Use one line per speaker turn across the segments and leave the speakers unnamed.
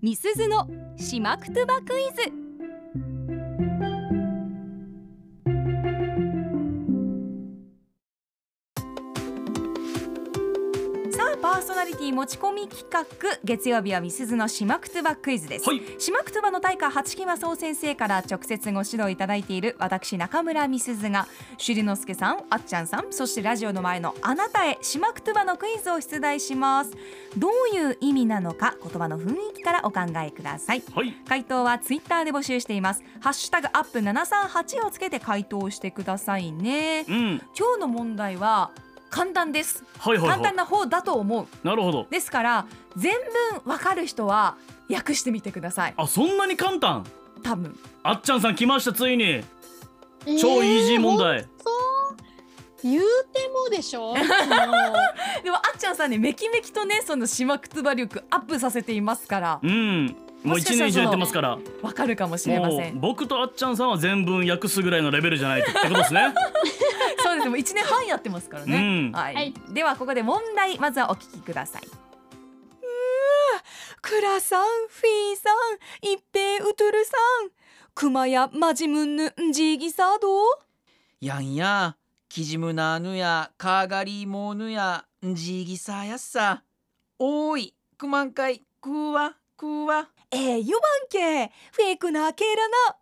みすずのしまくとばクイズさあパーソナリティ持ち込み企画月曜日はみすずのしまくとばクイズです、
はい
しまくとばの大家八木正夫先生から直接ご指導いただいている私中村みすずが朱里之助さんあっちゃんさんそしてラジオの前のあなたへしまくとばのクイズを出題しますどういう意味なのか言葉の雰囲気からお考えください
はい
回答はツイッターで募集していますハッシュタグアップ738をつけて回答してくださいね
うん
今日の問題は簡単です
はいはい
簡
は
単
い
な方だと思う
なるほど
ですから全文わかる人は訳してみてください
あそんなに簡単
多分
あっちゃんさん来ましたついに
え
超イージー問。題、
そう言うてもでし ょ。そ
でもあっちゃんさんねめきめきとねその島くつば力アップさせていますから
うんもう
もしか
1
したら
年以上やってますから
わかるかもしれま
も
せ
うん僕とあっちゃんさんは全文訳すぐらいのレベルじゃないとってことで すね
そうですもう1年半やってますから
う
ね、
ん
はい
はい
ではここで問題まずはお聞きくださいうーくらさんフィーさんいっぺうとるさんくまやまじむぬんじぎさど
やんや、きじむなぬや、かがりもぬや、んじぎさやっさ。おーい、くまんかい、くわ、くわ。
えー、ゆばんけフェイクなけらな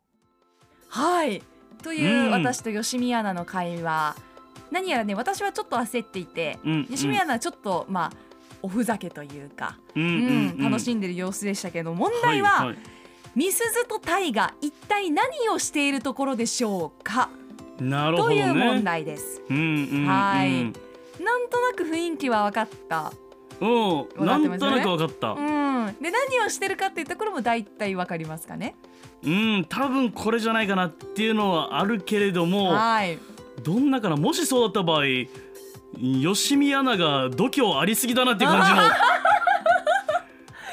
はいという、
うん
私と吉見アナの会話何やらね私はちょっと焦っていて
うん
吉見アナはちょっと、まあおふざけというか、
うん
う
うんんうん
楽しんでる様子でしたけど問題は、
いい
みすずとタイが一体何をしているところでしょうか、
なるほど
と
ね
いう問題です
うんうんうん
はいなんとなく雰囲気は分かった
うん
わか
な
って
ん
ます
と
よね
なくわかった
うんで何をしてるかっていうところも大体分かりますかね
うん多分これじゃないかなっていうのはあるけれども
はい
どんなかなもしそうだった場合吉見アナが度胸ありすぎだなっていう感じの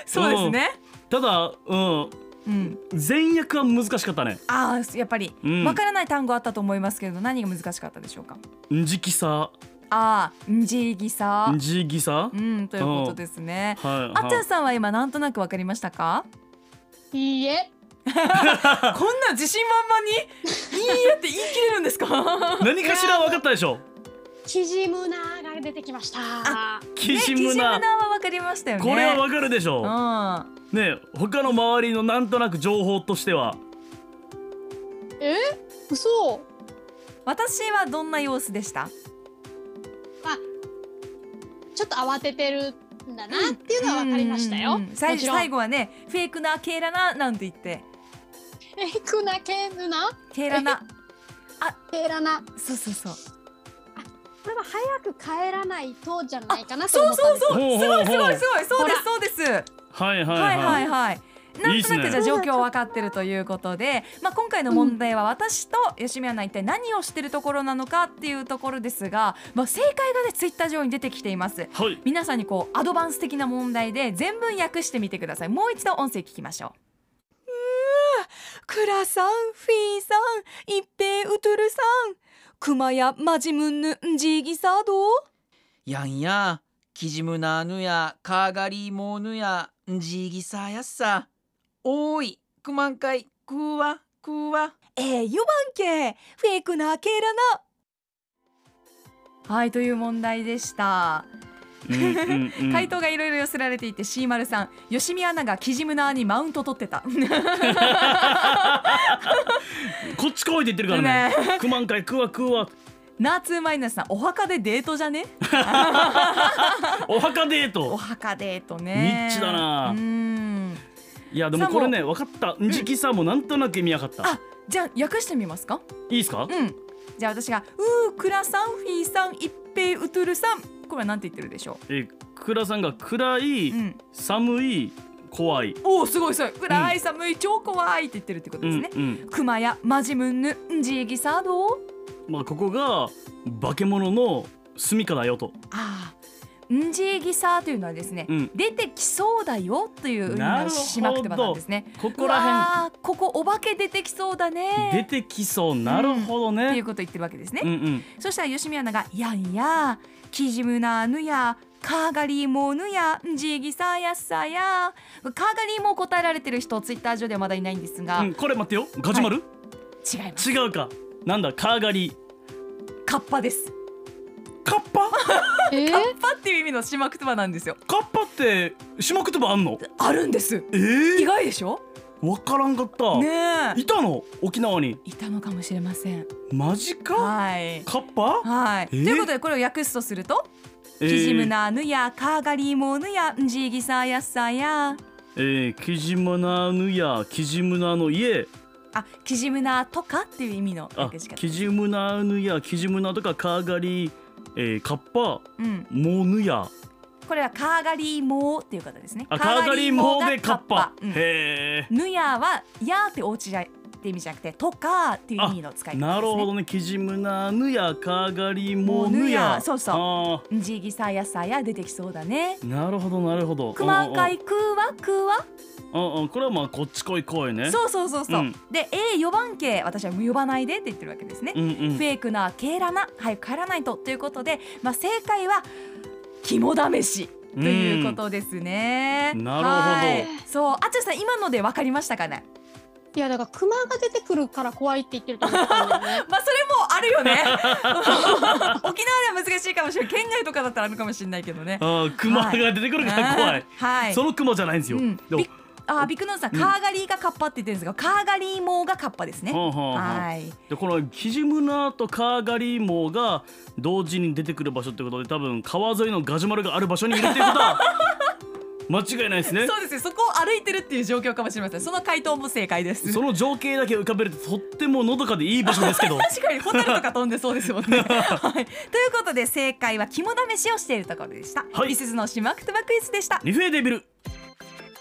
そうですね
ただうん
うん
全役は難しかったね
ああやっぱり、
うん
わからない単語あったと思いますけど何が難しかったでしょうか
んじきさ
ああんじぎさ
んじぎさ
うんということですね
はい
あっちゃ
は
んさんは今なんとなくわかりましたか
ういいえ。
こんな自信満々にいいえって言い切れるんですか
い何かしら分かったでしょ
キジムナが出てきました。
キシ
ねキ
ム
ジムナ
ナ
はわかりましたよね
これは分かるでし
う
ょ
ん
ね他の周りのなんとなく情報としては
え？嘘。
私はどんな様子でした
あ、ちょっと慌ててるんだなっていうのは分かりましたよ
うんうんう。ん最
も
後
ちろ
最
ん。
後はねフェイクなケーラななんて言って
えくなけぬな。
ケーラな
えらな。
そうそうそう
これは早く帰らないとじゃないかなと
そ
思
う
った
そう
んです
そ
よ。
うすごいすごいすごいそ
ほ
うで
ら
すそうです
いはい
は
はいい
は
はいい
はい。なんとなくじゃあ
いいっすね
状況分かってるということで、まあ今回の問題は私と吉見アナ一体何をしてるところなのかっていうところですが、まあ正解がねツイッター上に出てきています。
はい
皆さんにこうアドバンス的な問題で全文訳してみてください。もう一度音声聞きましょう。くらさん、フィーさん、いっぺうとるさん、くまやまじむぬんじぎさど。
やんや、きじむなぬや、かがりもぬや、んじぎさやっさ。おーい、くまんかい、くわ、くわ。
えー、ゆばんけフェイクなけらなはいという問題でした、
うんうんうん
回答がいろいろ寄せられていてシーマルさん吉見アナがキジムナーにマウント取ってた
こっち来いって言ってるからね くまんかいくわくわ
ナーツーマイナスさんお墓でデートじゃね
お墓デー
お
ト
墓デートね
ニッチだな
うーん
いやでもこれね分かったんじきさもなんとなく意味わかった
あじゃあ訳してみますか
いいですか
うんじゃあ私がうーくらさんフィーさんいっぺいうとるさんこれはなんて言ってるでしょ
え倉さんが暗
う、
い
うん、
寒い怖い
おおすごいすごい暗い寒い超怖いって言ってるってこと
う
ですね、
んうん
熊やマジムンヌンジギサード
まあここが化け物の住処だよと
ああンジギサーというのはですね、
うん
出てきそうだよという意味
なる
の
ほど
しまくてばなんですね
ここら
うわーここお化け出てきそうだ
辺出
ね
てきそうなるほど
っていう
ね
ことを言ってるわけですね、
うんうん
そしたら吉見アナが「やんやキジムナーヌやカーガリーもぬやジギサヤッサやカーガリーも答えられてる人ツイッター上ではまだいないんですが、
う
違い
ん、これ待ってよガジュマル、
ます
違うかなんだカーガリ
カッパです
カッパ
えー
カッパっていう意味の島くつばなんですよ
カッパって下言葉あんの
あるんです
え
意
ー、
外でしょ
わからんかった、
ねえ
いたの沖縄に
いたのかもしれません
マジか
はい
カッパ
はい、
えー
ということでこれを訳すとすると「
え
キ
ー
ジムナーヌやカーガリーモーヌやジギサヤッサや」
えー、キジムナーヌやキジムナーの家
あキジムナーとかっていう意味の
あ
訳し方
キジムナーヌやキジムナとかカーガリ、えー、カッパ
うん、
モヌヤ
これはカーガリーモーっていう方ですね
あカーガリモ
が
でカッパ、
うん
へ
ヌヤは「や」っておうちじゃって意味じゃなくて「とか」っていう意味の使い方で
え
す、ね、
なるほどねキジムナーヌやカーガリモヌヤ
そうそう
あ
ジギサヤッサや出てきそうだね
ーなるほどなるほど
クマンカイクワクワ
うんうんうんこれはまあこっち来い来いね
そうそうそうそう、
うん
で A 呼ばんけ私は呼ばないでって言ってるわけですね、
うんうん
フェイクなケーラな早く帰らないとということで、まあ、正解は肝試しということですね。
うんなるほど
ど。そう、あっちゃんさん今ので分かりましたかね。
いやだから熊が出てくるから怖いって言ってると思ったんだよね
まあそれもあるよね。 沖縄では難しいかもしれない。県外とかだったらあるかもしれないけどね。
あークマが出てくるから怖い、
うんはい。
そのクマじゃないんですよ、
うん
でも
びあ、ビクノンさん、
うん
カーガリーがカッパって言ってるんですが、カーガリーモーがカッパですね。
はあはあはあ
はい。
でこのキジムナーとカーガリーモが同時に出てくる場所ってことで多分川沿いのガジュマルがある場所にいるっていうこと は間違いないですね
そうですね。そこを歩いてるっていう状況かもしれません。その回答も正解です。
その情景だけ浮かべるととってものどかでいい場所です けど
確かにホテルとか飛んでそうですもん ね。はい、ということで正解は肝試しをしているところでした。
はい
ミスズの島くとばクイズでした。
リフェーデビル